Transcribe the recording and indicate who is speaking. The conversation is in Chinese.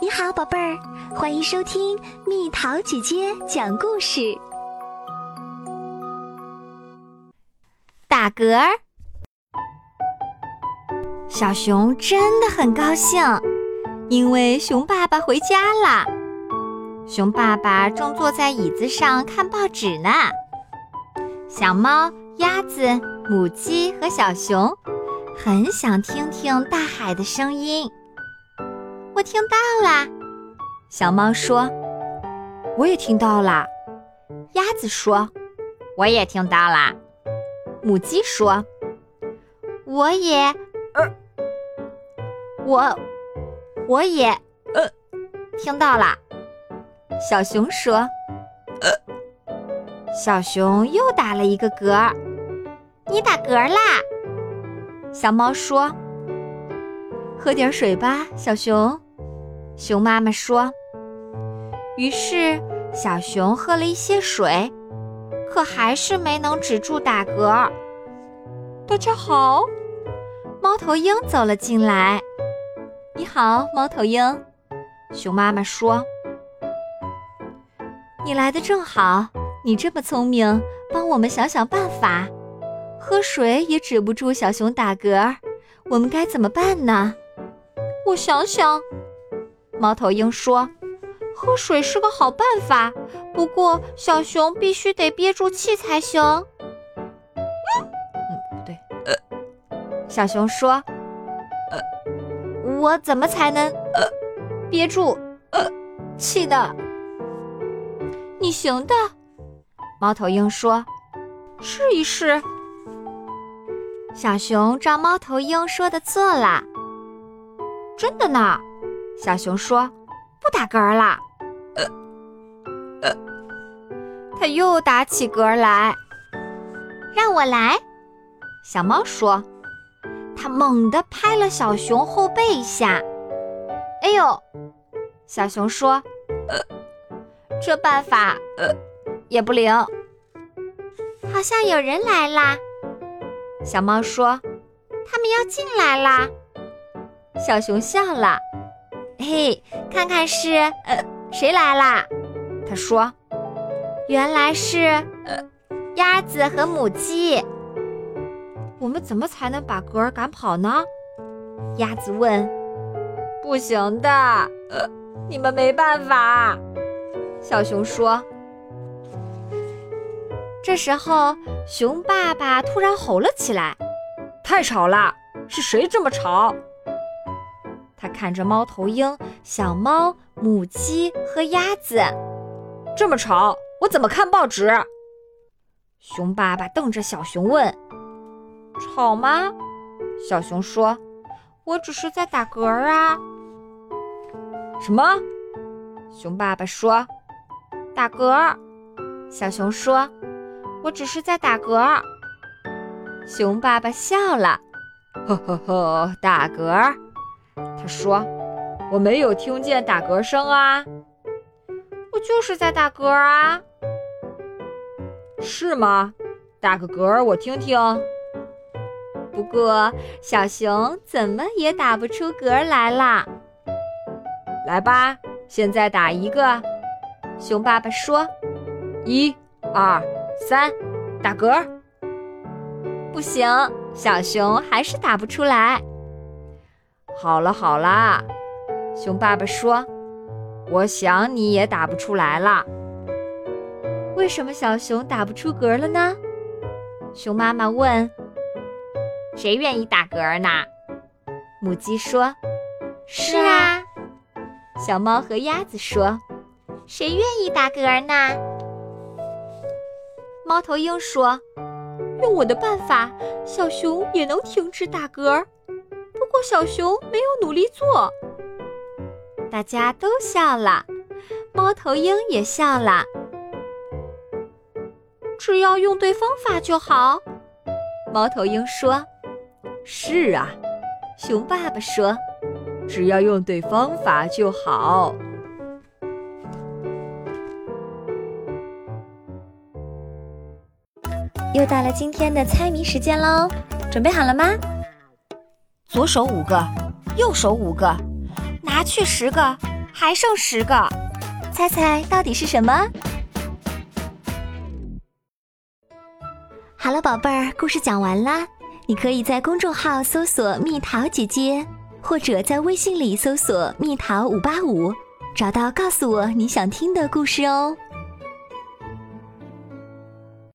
Speaker 1: 你好，宝贝儿，欢迎收听蜜桃姐姐讲故事。
Speaker 2: 打嗝儿，小熊真的很高兴，因为熊爸爸回家啦。熊爸爸正坐在椅子上看报纸呢。小猫、鸭子、母鸡和小熊很想听听大海的声音。我听到啦，小猫说：“我也听到啦。”鸭子说：“我也听到啦。”母鸡说：“我也，呃，我，我也，呃，听到啦。”小熊说：“呃。”小熊又打了一个嗝儿。你打嗝啦？小猫说：“喝点水吧，小熊。”熊妈妈说。于是小熊喝了一些水，可还是没能止住打嗝儿。大家好，猫头鹰走了进来。你好，猫头鹰。熊妈妈说：“你来的正好，你这么聪明，帮我们想想办法。喝水也止不住小熊打嗝儿，我们该怎么办呢？”我想想，猫头鹰说：“喝水是个好办法，不过小熊必须得憋住气才行。”嗯，不对。小熊说：“呃，我怎么才能呃憋住呃气呢？”你行的，猫头鹰说：“试一试。”小熊照猫头鹰说的做了。真的呢，小熊说：“不打嗝儿啦。”它又打起嗝儿来。让我来，小猫说。它猛地拍了小熊后背一下。哎呦，小熊说：“呃，这办法呃也不灵。”好像有人来啦，小猫说：“他们要进来啦。”小熊笑了，嘿，看看是呃谁来啦？他说，原来是呃鸭子和母鸡。我们怎么才能把嗝儿赶跑呢？鸭子问。不行的，呃，你们没办法。小熊说。这时候，熊爸爸突然吼了起来：“太吵了！是谁这么吵？”他看着猫头鹰、小猫、母鸡和鸭子，这么吵，我怎么看报纸？熊爸爸瞪着小熊问：“吵吗？”小熊说：“我只是在打嗝儿啊。”什么？熊爸爸说：“打嗝儿。”小熊说：“我只是在打嗝儿。”熊爸爸笑了：“呵呵呵，打嗝儿。”他说：“我没有听见打嗝声啊，我就是在打嗝啊。”是吗？打个嗝儿我听听。不过小熊怎么也打不出嗝儿来啦。来吧，现在打一个。熊爸爸说：“一、二、三，打嗝儿。”不行，小熊还是打不出来。好了好啦，熊爸爸说：“我想你也打不出来啦。”为什么小熊打不出嗝了呢？熊妈妈问。“谁愿意打嗝呢？”母鸡说。“是啊。”小猫和鸭子说。“谁愿意打嗝呢？”猫头鹰说：“用我的办法，小熊也能停止打嗝儿。”不过小熊没有努力做。大家都笑了，猫头鹰也笑了。只要用对方法就好，猫头鹰说。是啊，熊爸爸说，只要用对方法就好。
Speaker 1: 又到了今天的猜谜时间喽，准备好了吗？
Speaker 2: 左手五个，右手五个，拿去十个，还剩十个，
Speaker 1: 猜猜到底是什么？好了，宝贝儿，故事讲完啦。你可以在公众号搜索“蜜桃姐姐”，或者在微信里搜索“蜜桃五八五”，找到告诉我你想听的故事哦。